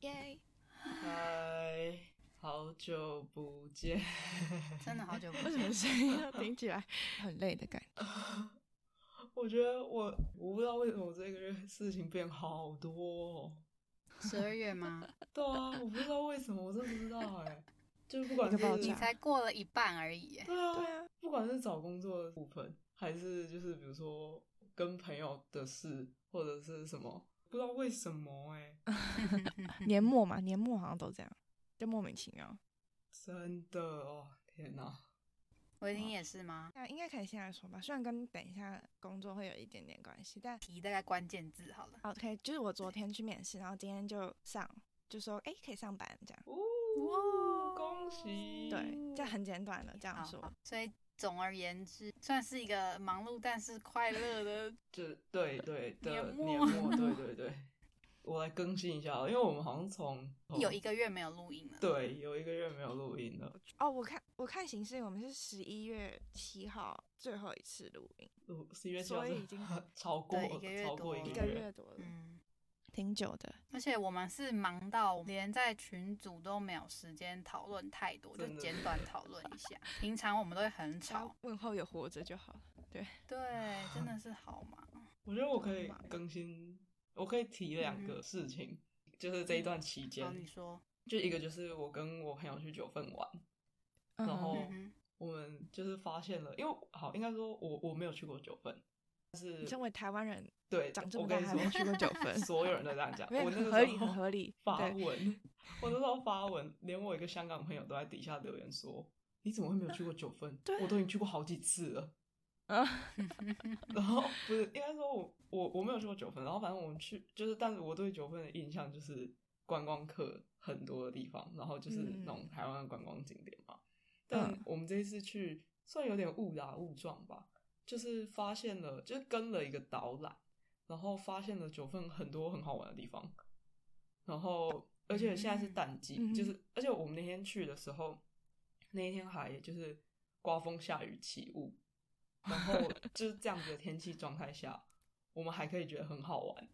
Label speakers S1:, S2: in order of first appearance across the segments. S1: 耶！
S2: 嗨，好久不见。
S1: 真的好久不
S3: 为什么
S1: 见，
S3: 声音要顶起来？ 很累的感觉。
S2: 我觉得我我不知道为什么我这个月事情变好多、哦。
S1: 十二月 吗？
S2: 对啊，我不知道为什么，我真的不知道哎、 就是不管
S3: 一个爆炸
S2: 是
S1: 你才过了一半而已耶，
S2: 对啊，
S3: 对啊，
S2: 不管是找工作的部分，还是就是比如说跟朋友的事，或者是什么，不知道为什么 哎、
S3: 年末嘛，年末好像都这样，就莫名其妙。
S2: 真的哦，天哪！
S1: 维婷也是吗？
S3: 那应该可以先来说吧，虽然跟等一下工作会有一点点关系，但
S1: 提大概关键字好了。
S3: OK，就是我昨天去面试，然后今天就上，就说哎可以上班这样。
S2: 哦，恭喜！
S3: 对，这样很简短的这样说
S1: 好。，所以总而言之，算是一个忙碌但是快乐的。
S2: 就对对的
S1: 年
S2: 年
S1: 末
S2: 末， 对对对，我来更新一下哦，因为我们好像从
S1: 有一个月没有录音了，，
S2: 哦对有一个月没有录音了，
S3: 哦，我看我看形式，我们是十一月七号最后一次录音，
S2: 录十一月七号
S3: 所
S2: 是
S3: 以已经
S2: 超过
S1: 对一个月
S2: 超过
S1: 多
S2: 一
S3: 一
S2: 个
S3: 个
S2: 月，
S3: 月多了，
S1: 嗯，
S3: 挺久的。
S1: 而且我们是忙到连在群组都没有时间讨论太多，就
S2: 真的
S1: 简短讨论一下。 平常我们都会很
S3: 只要
S1: 吵，
S3: 问候有活着就好了。
S1: 对，真的是好忙。
S2: 我觉得我可以更新，我可以
S3: 嗯
S2: 提两个事情，就是这一段期间
S1: 好，，你说，
S2: 就一个就是我跟我朋友去九份玩，然后
S1: 嗯哼，
S2: 我们就是发现了，因为好应该说我我没有去过九份，
S3: 你身为台湾人，
S2: 对，
S3: 长这
S2: 我
S3: 么大
S2: 跟你
S3: 还没
S2: 说，，
S3: 去过九份
S2: 所有人都这样讲，
S3: 没有
S2: 我那个
S3: 合
S2: 时
S3: 理
S2: 候
S3: 很合理
S2: 发
S3: 对
S2: 文，我那时候发文，连我一个香港朋友都在底下留言说：“你怎么会没有去过九份？
S3: 对
S2: 我都已经去过好几次了。
S3: 啊，”
S2: 然后不是应该说我我我没有去过九份，然后反正我们去就是，但是我对九份的印象就是观光客很多的地方，然后就是
S3: 嗯
S2: 那种台湾的观光景点嘛。但
S3: 嗯
S2: 我们这一次去算有点误打误撞吧，就是发现了，就是跟了一个导览，然后发现了九份很多很好玩的地方，然后而且现在是淡季，
S3: 嗯
S2: 就是而且我们那天去的时候，那一天还就是刮风下雨起雾，然后 就是这样子的天气状态下，我们还可以觉得很好玩，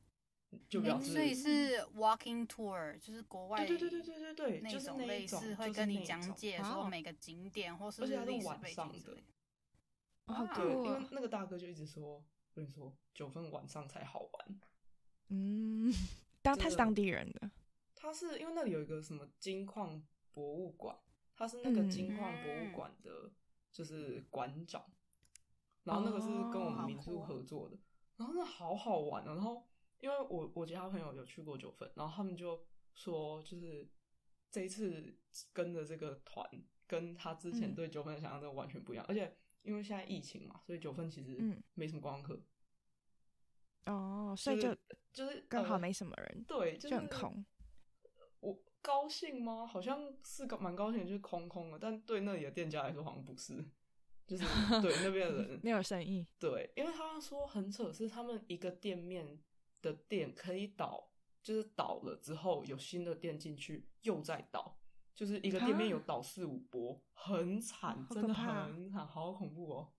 S2: 就表
S1: 诶
S2: 示
S1: 哎嗯所以是 walking tour，就是国外
S2: 对对对对对对对，
S1: 那
S2: 就是
S1: 种
S2: 那
S1: 类
S2: 一种
S1: 似会
S2: 就是
S1: 跟
S2: 那
S1: 你
S2: 一
S1: 讲
S2: 种
S1: 解
S3: 啊
S1: 说每个景点或是
S2: 而且它是
S1: 历史
S2: 晚
S1: 背
S2: 上
S1: 景之
S2: 的
S1: 类的。
S3: 哦好
S1: 哇
S3: 酷
S2: 对，因为
S3: 哦！
S2: 那个大哥就一直说，我跟你说，九份晚上才好玩。
S3: 嗯，当他是当地人的，
S2: 他是因为那里有一个什么金矿博物馆，他是那个
S3: 嗯
S2: 金矿博物馆的，就是馆长。然后那个是跟我
S3: 哦
S2: 们
S3: 好
S2: 民宿
S3: 酷哦
S2: 合作的，然后那好好玩啊。然后因为我我其他朋友有去过九份，然后他们就说，就是这一次跟着这个团，跟他之前
S3: 嗯
S2: 对九份的想象真的完全不一样。而且因为现在疫情嘛，所以九份其实
S3: 嗯
S2: 没什么观光客，
S3: 哦，所以就
S2: 就
S3: 是
S2: 就是
S3: 刚好
S2: 呃
S3: 没什么人，
S2: 对，就
S3: 就很
S2: 是
S3: 空。
S2: 我高兴吗？好像是个蛮高兴的，就是空空的，但对那里的店家来说好像不是， 就是对那边的人，
S3: 没有生意。
S2: 对，因为他说很扯，是他们一个店面的店可以倒，就是倒了之后有新的店进去又再倒，就是一个店面有
S3: 啊
S2: 倒四五波，很惨，
S3: 好
S2: 真的
S3: 可怕啊
S2: 很惨，好恐怖哦。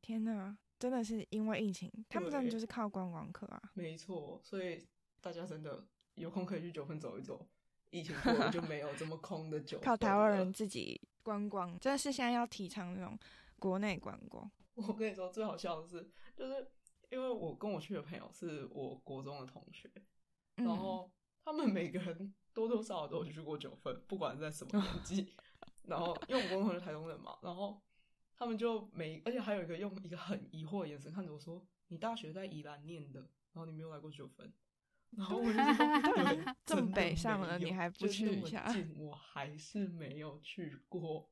S3: 天哪，真的是因为疫情，他们真的就是靠观光客啊。
S2: 没错，所以大家真的有空可以去九份走一走，疫情过了就没有这么空的九份了。
S3: 靠台湾人自己观光，真的是现在要提倡那种国内观光。
S2: 我跟你说，最好笑的是，就是因为我跟我去的朋友是我国中的同学，
S3: 嗯
S2: 然后他们每个人多多少少都有去过九份，不管在什么年 纪。然后，因为我国中同学是台东人嘛，然后他们就每，而且还有一个用一个很疑惑的眼神看着我说：“你大学在宜兰念的，然后你没有来过九份。”然后我就说：“ 对，
S3: 这么
S2: 真的
S3: 北上了
S2: 没有
S3: 你还不
S2: 就那
S3: 去一
S2: 么
S3: 下
S2: 近我还是没有去 过。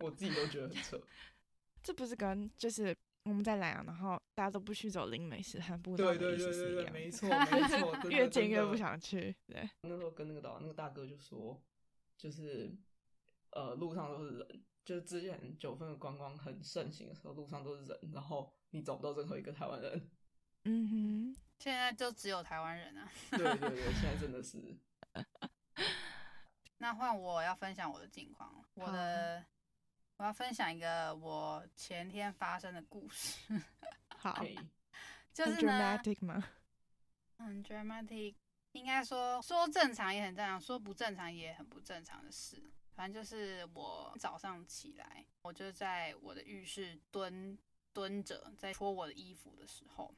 S2: 我自己都觉得很扯，
S3: 这不是跟就是我们在莱阳，然后大家都不去走灵美食和步道
S2: 对
S3: 的
S2: 对
S3: 意思
S2: 对
S3: 是
S2: 对
S3: 一
S2: 对，
S3: 样的
S2: 没错没 错，真的
S3: 越近越
S2: 真的
S3: 不想去。对，
S2: 那时候跟那个导那个大哥就说，就是呃路上都是人，就是之前九份的观光很盛行的时候，路上都是人，然后你找不到任何一个台 湾人。
S3: 嗯
S1: 现在就只有台湾人啊。
S2: 对对对，现在真的是
S1: 那换我要分享我的近况了，我的我要分享一个我前天发生的故事，
S3: 哼，好
S2: 可以
S1: 就是
S3: 很
S1: 呢，
S3: dramatic 吗？
S1: 很 dramatic，应该说说正常也很正常，说不正常也很不正常的事。反正就是我早上起来，我就在我的浴室蹲蹲着，在脱我的衣服的时候，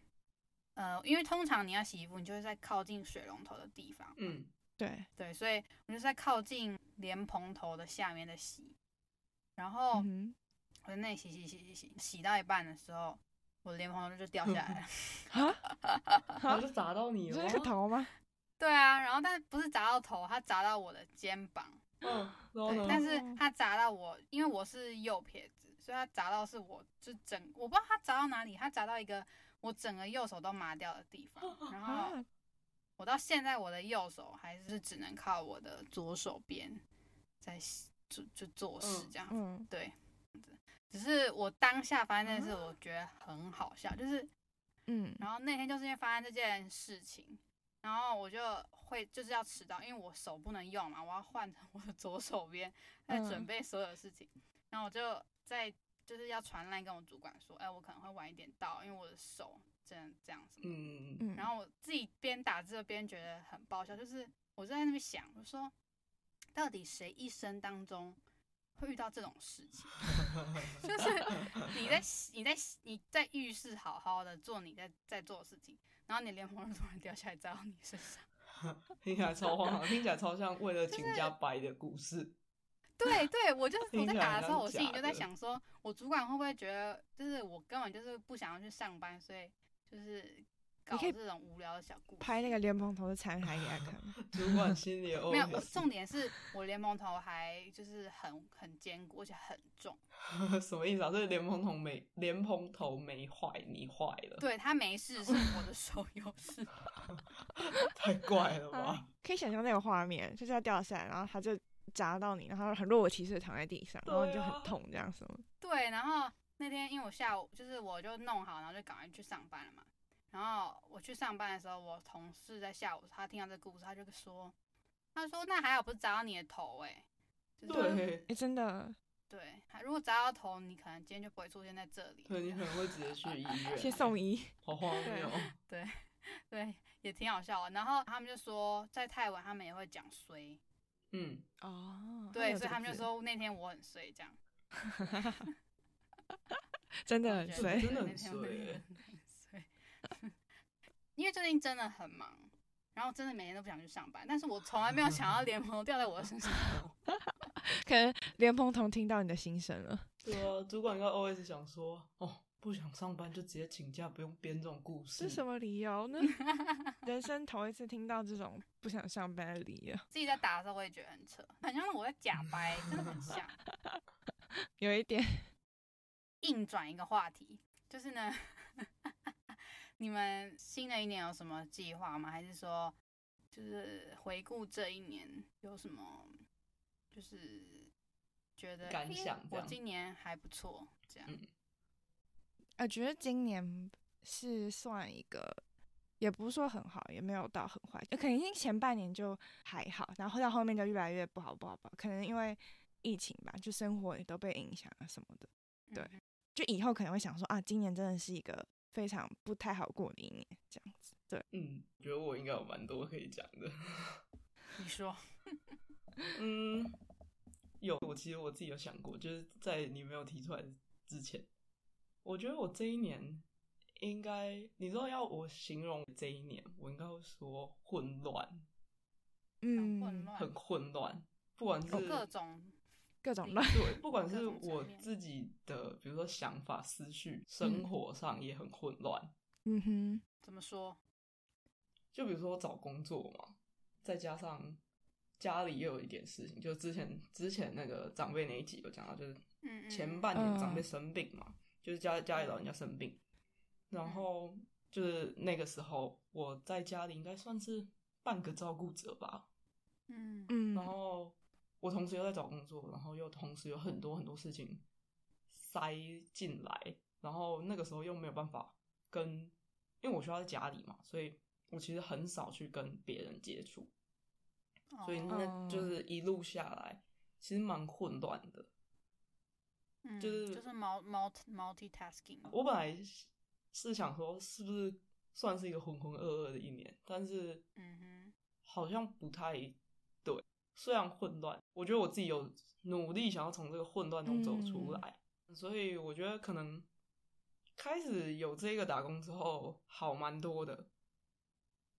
S1: 呃，因为通常你要洗衣服，你就是在靠近水龙头的地方，
S2: 嗯，
S3: 对，
S1: 对，所以我就在靠近莲蓬头的下面在洗，然后
S3: 嗯
S1: 我在那里洗洗洗洗洗，洗到一半的时候，我的莲蓬头就掉下来了。
S3: 哼，
S2: 我
S3: 啊
S2: 就砸到你
S3: 你
S2: 了哦
S3: 是那个
S2: 吗，
S1: 啊
S3: 头吗？
S1: 对啊，然后但是不是砸到头，它砸到我的肩膀，
S2: 嗯，然后
S1: 对，
S2: 呢
S1: 但？是它砸到我，因为我是右撇子，所以它砸到是我就整，我不知道它砸到哪里，它砸到一个我整个右手都麻掉的地方，然后
S3: 啊，
S1: 我到现在我的右手还是只能靠我的左手边在洗就就做事
S2: 嗯
S1: 这样子，
S3: 嗯，
S1: 对，只是我当下发现这件事，我觉得很好笑，就是
S3: 嗯，
S1: 然后那天就是因为发生这件事情，然后我就会就是要迟到，因为我手不能用嘛，我要换成我的左手边在准
S3: 嗯
S1: 备所有事情。然后我就在就是要传烂跟我主管说，哎，我可能会晚一点到，因为我的手这样这样子。
S2: 嗯，
S3: 嗯，
S1: 然后我自己边打字边觉得很爆笑，就是我就在那边想，我说到底谁一生当中会遇到这种事情？ 就是你在洗你在洗你在浴室好好的做你在在做的事情，然后你连蓬头突然掉下来砸到你身上，
S2: 听起来超荒唐，听起来超像为了请假白的故事。
S1: 对对，我就是
S2: 听
S1: 我在
S2: 起
S1: 打
S2: 来
S1: 的时候，我
S2: 像
S1: 心里
S2: 假
S1: 就在
S2: 的
S1: 想说，我主管会不会觉得就是我根本就是不想要去上班，所以就是搞
S3: 可以
S1: 这种无聊的小故事。
S3: 拍那个莲蓬头的残骸给他看 吗，
S2: 主管 心里哦
S1: 没，有，我重点是我连蓬头还就是很很坚固，而且很重。
S2: 什么意思啊？这莲蓬头没莲蓬头没坏，你坏了，
S1: 对，它没事，是我的手有事。
S2: 太怪了吧
S3: 啊？可以想象那个画面，就是要掉下来，然后他就砸到你，然后很若无其事地躺在地上，然后你就
S2: 对啊
S3: 很痛这样什么，
S1: 对，然后那天因为我下午就是我就弄好，然后就赶快去上班了嘛。然后我去上班的时候，我同事在下午他听到这故事，他就说，他说那还好不是砸到你的头哎、就是
S2: 嗯对，
S3: 哎，真的，
S1: 对，如果砸到头，你可能今天就不会出现在这里。
S2: 对你可能会直接去医院，
S3: 先送医，
S2: 好荒谬。
S1: 对，也挺好笑的。然后他们就说，在泰文他们也会讲衰，
S2: 嗯，
S3: 哦，
S1: 对，
S3: 有
S1: 所以
S3: 这个
S1: 他们就
S3: 字
S1: 说那天我很衰这样。
S3: 真的很衰
S2: 哦真的很衰
S1: 我觉得对那天我真的
S2: 欸
S1: 很衰因为最近真的很忙，然后真的每天都不想去上班，但是我从来没有 想要连朋友掉在我的身上过。
S3: 可能莲蓬头听到你的心声了，
S2: 对啊，主管应该 always 想说，哦，不想上班就直接请假，不用编这种故事。
S1: 嗯
S3: 是什么理由 呢？人生头一次听到这种不想上班的理由，
S1: 自己在打的时候，我也觉得很扯，很像我在假掰，真的很像。
S3: 有一点，
S1: 硬转一个话题，就是呢， 你们新的一年有什么计划吗？还是说，就是回顾这一年有什么，就是觉得
S2: 感
S1: 诶
S2: 想这
S1: 我
S2: 样
S1: 今年还不错，这样。
S2: 嗯
S3: 我呃觉得今年是算一个。也不是说很好，也没有到很坏，就可能前半年就还好，然后到后面就越来越不好，不好，不好。可能因为疫情吧，就生活也都被影响啊什么的。对
S1: 嗯
S3: 就以后可能会想说啊，今年真的是一个非常不太好过的一年，这样子。对，
S2: 嗯，觉得我应该有蛮多可以讲的。
S1: 你说，
S2: 嗯，有，我其实我自己有想过，就是在你没有提出来之前，我觉得我这一年应该，你知道要我形容这一年，我应该会说混乱，
S1: 很
S3: 嗯，
S1: 混乱，
S2: 很混乱，不管是
S1: 哦各种
S3: 各种乱，
S2: 对，不管
S1: 各
S2: 是
S1: 种层
S2: 我
S1: 面嗯
S2: 自己的，比如说想法、思绪、生
S3: 嗯
S2: 活上也很混乱。
S3: 嗯哼，
S1: 怎么说？
S2: 就比如说找工作嘛，再加上家里又有一点事情，就之前之前那个长辈那一集有讲到，就是
S1: 嗯嗯，
S2: 前
S1: 嗯
S2: 半年长辈
S3: 嗯
S2: 生病嘛，就是家家里老人家生病，然
S1: 嗯
S2: 后就是那个时候我在家里应该算是半个照顾者吧，
S1: 嗯
S3: 嗯，
S2: 然后我同时又在找工作，然后又同时有很多很多事情塞进来，然后那个时候又没有办法跟，因为我需要在家里嘛，所以我其实很少去跟别人接触，所以
S1: 哦
S2: 那就是一路下来其实蛮混乱的。
S1: 嗯
S2: 就是
S1: 就是毛毛 multitasking，
S2: 我本来是想说是不是算是一个浑浑噩噩的一年，但是
S1: 嗯
S2: 好像不太对，虽然混乱，我觉得我自己有努力想要从这个混乱中走出来，所以我觉得可能开始有这个打工之后好蛮多的，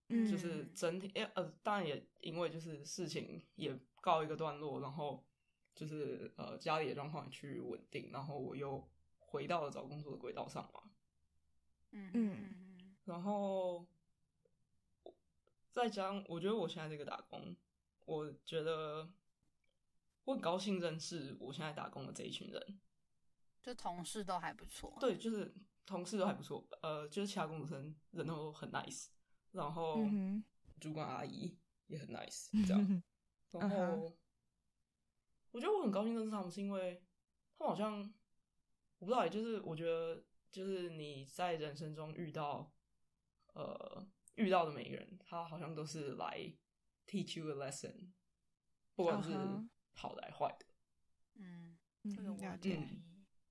S3: 嗯，
S2: 就是整体，呃，呃当然也因为就是事情也告一个段落，然后就是呃家里的状况也趋于稳定，然后我又回到了找工作的轨道上嘛。
S1: 嗯
S3: 嗯
S1: 嗯
S2: 然后再加上，我觉得我现在这个打工，我觉得我很高兴认识我现在打工的这一群人。
S1: 就同事都还不错。
S2: 对，就是同事都还不错，呃，就是其他工读生人都很 nice，然后
S3: 嗯哼
S2: 主管阿姨也很 nice，这样。然后、
S3: 嗯
S2: 我觉得我很高兴认识他们，是因为他们好像我不知道欸，就是我觉得就是你在人生中遇到呃遇到的每一个人，他好像都是来 teach you a lesson，不管是
S3: 嗯哼
S2: 好的还是坏的。
S1: 嗯，这个
S3: 嗯，
S1: 我
S3: 了
S1: 同
S3: 解，
S2: 嗯
S1: 意。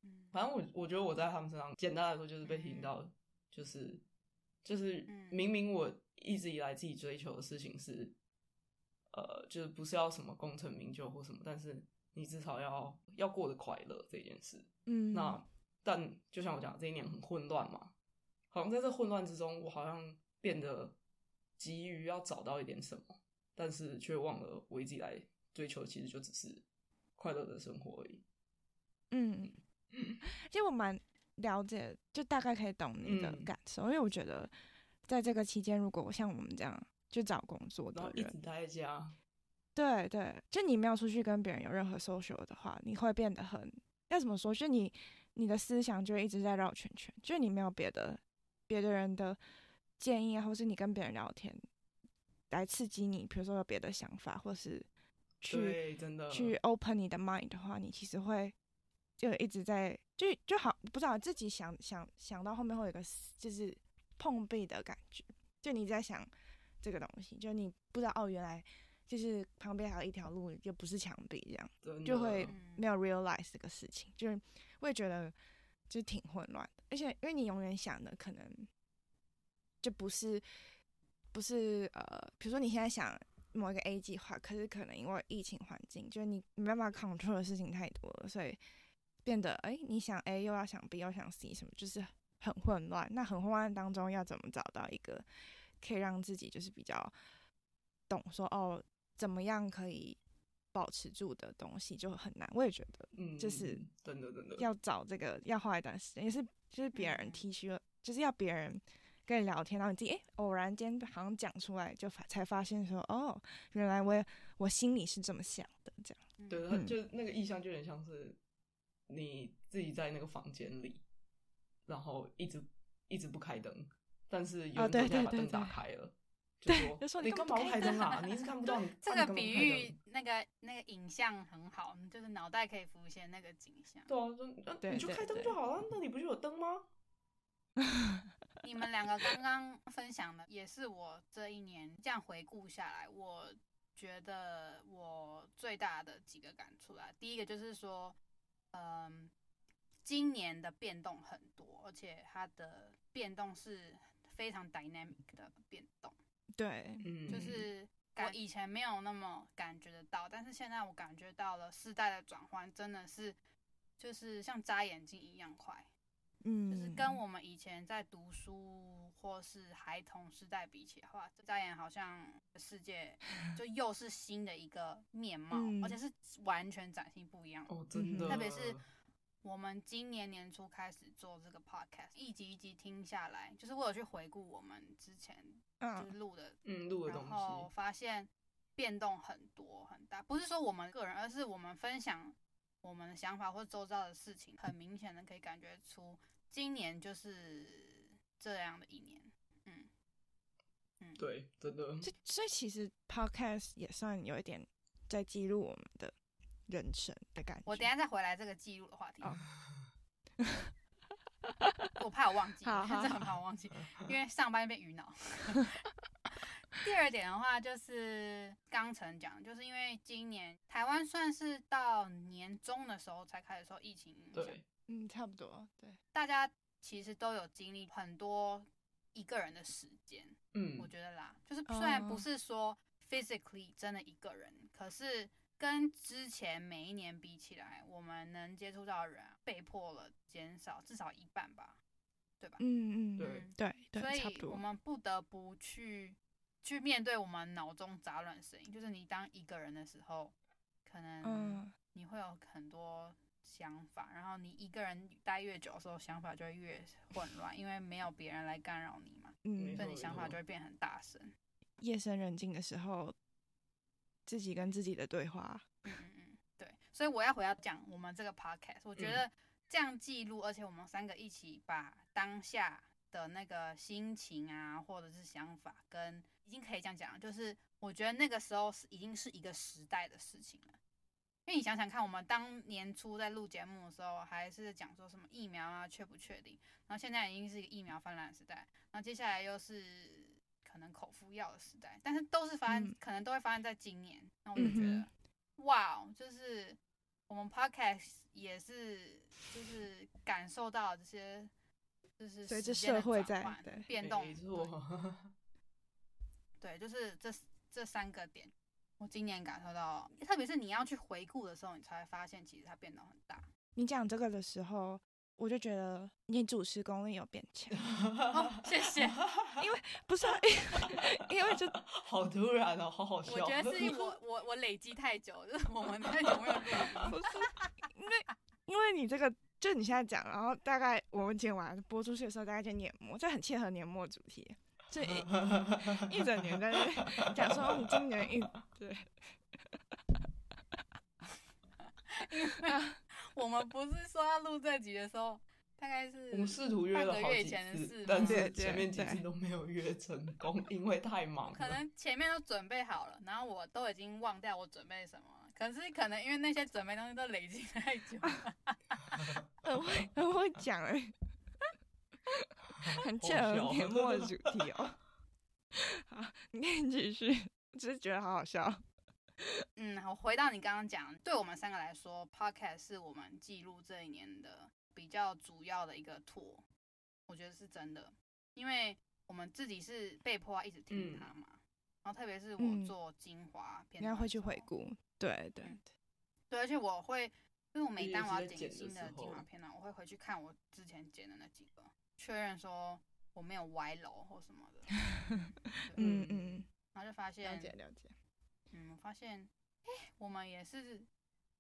S1: 嗯
S2: 反正我我觉得我在他们身上，简单来说就是被提醒到，就是就是
S1: 嗯
S2: 明明我一直以来自己追求的事情是，呃，就是不是要什么功成名就或什么，但是你至少要要过得快乐这件事。
S3: 嗯，
S2: 那但就像我讲的，这一年很混乱嘛，好像在这混乱之中，我好像变得急于要找到一点什么，但是却忘了我一直以来追求的其实就只是快乐的生活而已。
S3: 嗯，其实我蛮了解，就大概可以懂你的
S2: 嗯
S3: 感受，因为我觉得在这个期间，如果我像我们这样就找工作
S2: 然
S3: 的
S2: 后一直
S3: 人，
S2: 待在家，
S3: 对对，就你没有出去跟别人有任何 social 的话，你会变得很要怎么说？就你你的思想就会一直在绕圈圈，就你没有别的别的人的建议啊，或是你跟别人聊天来刺激你，比如说有别的想法，或是去
S2: 对，真的
S3: 去 open 你的 mind 的话，你其实会就一直在就就好不知道自己想想想到后面会有一个思就是碰壁的感觉，就你在想这个东西，就你不知道哦，原来就是旁边还有一条路，就不是墙壁这样，
S2: 真的
S3: 就会
S1: 嗯
S3: 没有 realize 这个事情，就是会觉得就挺混乱的，而且因为你永远想的可能就不是不是呃，比如说你现在想某一个 A 计划，可是可能因为疫情环境，就是你没办法 control 的事情太多了，所以变得哎、诶你想 A 又要想 B 又想 C 什么，就是很混乱。那很混乱当中，要怎么找到一个可以让自己就是比较懂说哦，怎么样可以保持住的东西就很难。我也觉得
S2: 嗯，
S3: 就是
S2: 真的真的
S3: 要找这个要花一段时间，也是就是别人
S1: 呃嗯
S3: T 恤，就是要别人跟你聊天，然后你自己诶偶然间好像讲出来，就发才发现说哦，原来我也我心里是这么想的，这样。
S1: 嗯
S2: 对，他就那个意象就有点像是你自己在那个房间里，然后一直一直不开灯，但是
S3: 哦
S2: 有人
S3: 对
S2: 昨天
S3: 对
S2: 把
S3: 对
S2: 灯
S3: 对
S2: 打开了，
S3: 就说
S2: 就说
S3: 你
S2: 你
S3: 干
S2: 干
S3: 嘛
S2: 嘛
S3: 不开
S2: 不开灯
S3: 灯
S2: 啊？
S3: 啊
S2: 你 一直看不到你，
S1: 这
S2: 啊
S1: 个比，
S2: 你干嘛不开
S1: 喻
S2: 灯，
S1: 那个那个影像很好，就是脑袋可以浮现那个景象。
S2: 对啊，就啊
S3: 对
S2: 你就
S3: 对
S2: 开灯
S3: 对
S2: 就好了，那里不就有灯吗？
S1: 你们两个刚刚分享的，也是我这一年这样回顾下来，我觉得我最大的几个感触啦。第一个就是说，嗯，今年的变动很多，而且它的变动是非常 dynamic 的变动。
S3: 对，
S2: 嗯，
S1: 就是我以前没有那么感觉得到，但是现在我感觉到了世代的转换，真的是就是像眨眼睛一样快，
S3: 嗯，
S1: 就是跟我们以前在读书或是孩童时代比起来的话，眨眼好像 世界就又是新的一个面貌，
S3: 嗯
S1: 而且是完全崭新不一样的。
S2: 哦，
S3: 嗯
S2: 真的，
S1: 特别是我们今年年初开始做这个 podcast，一集一集听下来，就是我有去回顾我们之前就
S3: 嗯
S1: 是录的
S2: 嗯录的东
S1: 然后
S2: 西，
S1: 发现变动很多很大，不是说我们个人，而是我们分享我们的想法或周遭的事情，很明显的可以感觉出今年就是这样的一年。嗯嗯，
S2: 对，真的，
S3: 就所以其实 podcast 也算有一点在记录我们的人生的感觉。
S1: 我等一下再回来这个记录的话题。
S3: 哦
S1: 我怕我忘记，
S3: 好好
S1: 真的很怕我忘记，因为上班变鱼脑。 第二点的话，就是刚曾讲，就是因为今年台湾算是到年中的时候才开始受疫情影响，
S2: 对，
S3: 嗯，差不多，对，
S1: 大家其实都有经历很多一个人的时间，
S2: 嗯
S1: 我，觉得啦，就是虽然
S3: 哦
S1: 不是说 physically 真的一个人，可是跟之前每一年比起来，我们能接触到的人啊被迫了减少至少一半吧，对吧？
S3: 嗯嗯，
S2: 对
S1: 嗯
S3: 对
S1: 所
S3: 对，差不
S1: 以我
S3: 多。
S1: 们不得不去去面对我们脑中杂乱的声音，就是你当一个人的时候，可能
S3: 嗯，
S1: 你会有很多想法，然后你一个人待越久的时候，想法就会越混乱，因为没有别人来干扰你嘛，
S3: 嗯
S2: 没
S1: 所以
S2: 错
S1: 你
S2: 没
S1: 想法
S2: 错
S1: 就会变很大声。
S3: 夜深人静的时候，自己跟自己的对话，
S1: 嗯嗯嗯，对，所以我要回到讲我们这个 podcast，我觉
S2: 嗯
S1: 得这样记录，而且我们三个一起把当下的那个心情啊，或者是想法，跟已经可以这样讲了，就是我觉得那个时候是已经是一个时代的事情了。因为你想想看，我们当年初在录节目的时候，还是讲说什么疫苗啊确不确定，然后现在已经是一个疫苗泛滥的时代，然后接下来又是可能口服药的时代，但是都是发生，
S3: 嗯
S1: 可能都会发生在今年。那我就觉
S3: 嗯
S1: 得，哇哦，就是我们 podcast 也是就是感受到这些，就是
S3: 随着
S1: 时间的
S3: 社会
S1: 转
S3: 在
S1: 换
S3: 对
S1: 变动，
S2: 没错，
S1: 对，就是这这三个点，我今年感受到，特别是你要去回顾的时候，你才会发现其实它变动很大。
S3: 你讲这个的时候，我就觉得你主持功力有变强。
S1: 哦，谢谢。
S3: 不是啊，因为 因为就
S2: 好突然哦，好好笑。
S1: 我觉 得是我我我累积太久，就是我们太久没有录音。
S3: 不是，因为因为你这个，就你现在讲，然后大概我们剪完播出去的时候，大概就年末，这很切合年末主题，就一 一整年在那边讲说哦你今年一对，
S1: 我们不是说要录这集的时候，大概是
S2: 我们试图约了
S1: 半
S2: 好
S1: 个月
S2: 几
S1: 以前的事
S2: 次
S1: 吗，
S2: 但
S3: 对
S2: 是
S3: 对
S2: 前面几
S3: 对
S2: 次都没有约成功，因为太忙
S1: 可
S2: 了。
S1: 能前面都准备好了，然后我都已经忘掉我准备什么了。可是可能因为那些准备东西都累积太久，
S3: 很会 很会讲哎、 很切
S2: 好
S3: 合
S2: 笑
S3: 年末主题哦。好，你可以继续，我只是觉得好好笑。
S1: 嗯，好，回到你刚刚讲，对我们三个来说，podcast 是我们记录这一年的比较主要的一个 tool，我觉得是真的，因为我们自己是被迫要一直听
S2: 嗯
S1: 它嘛，然后特别是
S3: 嗯
S1: 我做精华片
S3: 应该
S1: 段的时候，
S3: 会去回顾，对对
S1: 嗯对，而且我会，因为我每
S2: 因为
S1: 当
S2: 是
S1: 我要
S2: 在
S1: 剪
S2: 剪的
S1: 新
S2: 时
S1: 的精华
S2: 候
S1: 片啊段，我会回去看我之前剪的那几个，确认说我没有歪楼或什么的， 对
S3: 嗯嗯，
S1: 然后就发
S3: 了
S1: 现
S3: 解了解，
S1: 嗯，我发现，哎、我们也是，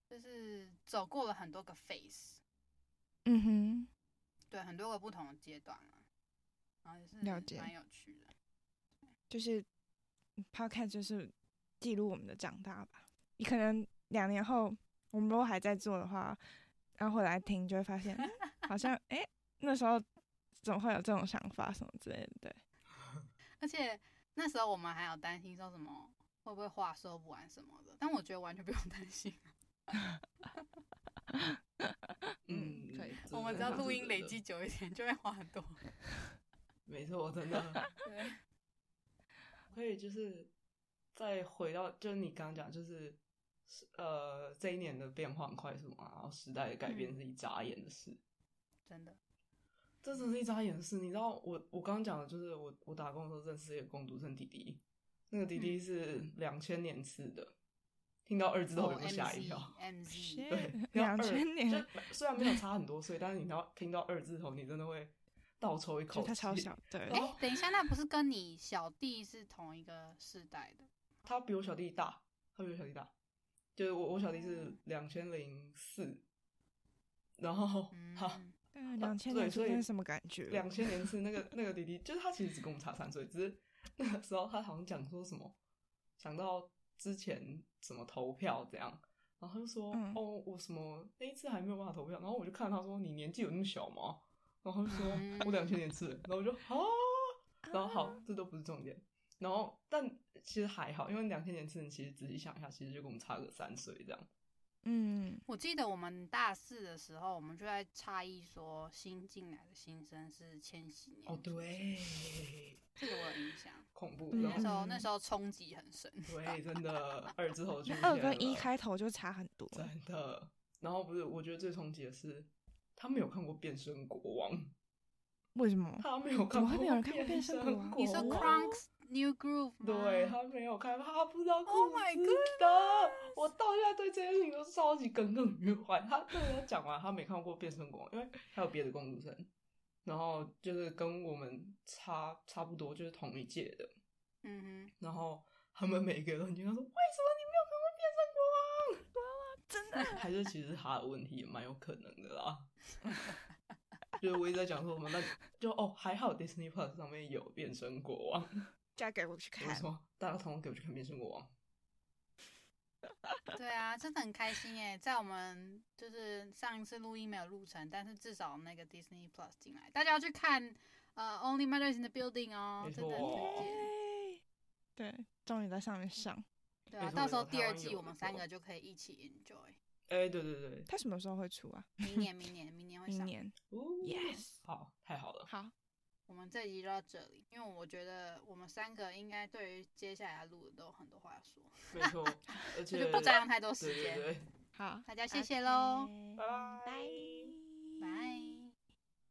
S1: 就是走过了很多个 phase，
S3: 嗯哼，
S1: 对，很多个不同的阶段啊，然后也是
S3: 了解
S1: 蛮有趣的。
S3: 就是 podcast 就是记录我们的长大吧。你可能两年后我们如果还在做的话，然后回来听就会发 现，嗯好像哎、诶那时候怎么会有这种想法什么之类的，对，
S1: 而且那时候我们还有担心说什么会不会话说不完什么的，但我觉得完全不用担心，
S3: 嗯可以
S2: 真的
S1: 我们只要
S2: 真的
S1: 录音
S2: 真
S1: 累
S2: 的
S1: 积久一点，就会话很多。
S2: 没错，真的
S1: 对，
S2: 可以，就是再回到，就是你刚刚讲，就是呃，这一年的变化很快速嘛，然后时代的改变
S1: 嗯
S2: 是一眨眼的事，
S1: 真的，
S2: 这真是一眨眼的事。你知道我，我刚刚讲的就是我，我打工的时候认识一个工读生弟弟，那个弟弟
S1: 嗯
S2: 是两千年次的，听到二字头我就吓一跳。
S1: 哦 m z
S2: 对
S3: Shit，，
S2: 听到 二
S3: 两千年，
S2: 就虽然没有差很多岁，但是你到听到二字头，你真的会倒抽一口
S3: 就
S2: 气。
S3: 他超小，对
S1: 哎、，
S2: 哦
S1: 等一下，那不是跟你小弟是同一个世代的？
S2: 他比我小弟大，他比我小弟大，就是我我小弟是
S1: 嗯
S2: 两千零四，然后
S1: 嗯，
S2: 他
S3: 两千年
S2: 对
S3: 初
S2: 所以
S3: 真是什么感觉？
S2: 两千年是那个那个弟弟，就是他其实只跟我们差三岁，只是那个时候他好像讲说什么，讲到之前怎么投票这样，然后他就说、
S3: 嗯
S2: 哦我什么那一次还没有办法投票，然后我就看他说你年纪有那么小吗？然后他就说、
S1: 嗯
S2: 我两千年次，然后我就啊，然后好这都不是重点，然后但其实还好，因为两千年次你其实仔细想一下，其实就跟我们差个三岁这样，
S3: 嗯，
S1: 我记得我们大四的时候，我们就在诧异说新进来的新生是千禧年。
S2: 哦，对，
S1: 这个我有印象。
S2: 恐怖，
S3: 嗯
S2: 然
S1: 那时
S2: 后
S1: 候那时候冲击很深，
S2: 对真的二之后就
S3: 那二跟一开头就差很多，
S2: 真的。然后不是，我觉得最冲击的是，他没有看过《变身国王》，
S3: 为什么？
S2: 他没有看
S3: 怎么
S2: 过，
S3: 会没有人看过
S2: 变
S3: 变身国王
S2: 国
S1: 你说
S3: 哦
S1: Crunks New Groove 吗？
S2: 对他没有开发，他不知道
S1: Oh
S2: 库
S1: my
S2: 斯的。我到现在对这件事情都超级耿耿于怀。他对我讲完，他没看过《变身国王》，因为还有别的公主生，然后就是跟我们差差不多，就是同一届的。
S1: 嗯
S2: 然后他们每个人都很惊讶说：“为什么你没有看过《变身国
S3: 真的
S2: 王》？”还是其实他的问题也蛮有可能的啦。 就是我一直在讲说什么，那就哦还好 Disney Plus 上面有《变身国王》。
S3: 嫁给我去看
S2: 为，什么大家同我给我去看《变身国王》？
S1: 哼，对啊，真的很开心哎，在我们就是上一次录音没有录成，但是至少那个 Disney Plus 进来，大家要去看呃 Only Matters in the Building 哦
S2: 没，
S1: 真的很
S2: 错哦
S1: 推荐。
S3: 耶 对，终于在上面上。
S1: 对
S2: 没
S1: 啊，
S2: 错
S1: 到时候
S2: 没错
S1: 第
S2: 台
S1: 二
S2: 湾
S1: 季
S2: 有
S1: 我们
S2: 没
S1: 三
S2: 错
S1: 个就可以一起 enjoy。
S2: 哎、对对对，
S3: 他什么时候会出啊？
S1: 明年，明年，明年会
S3: 明
S1: 上。
S3: 年。
S2: 哦
S3: Yes
S2: 好，太好了，
S3: 好，
S1: 我们这集就到这里，因为我觉得我们三个应该对于接下来录的都有很多话要说，
S2: 没错，而
S1: 这
S2: 且
S1: 就不占用太多时
S2: 对对
S1: 间。
S2: 对，
S3: 好，
S1: 大家谢谢喽
S3: OK，
S2: 拜拜
S3: 拜。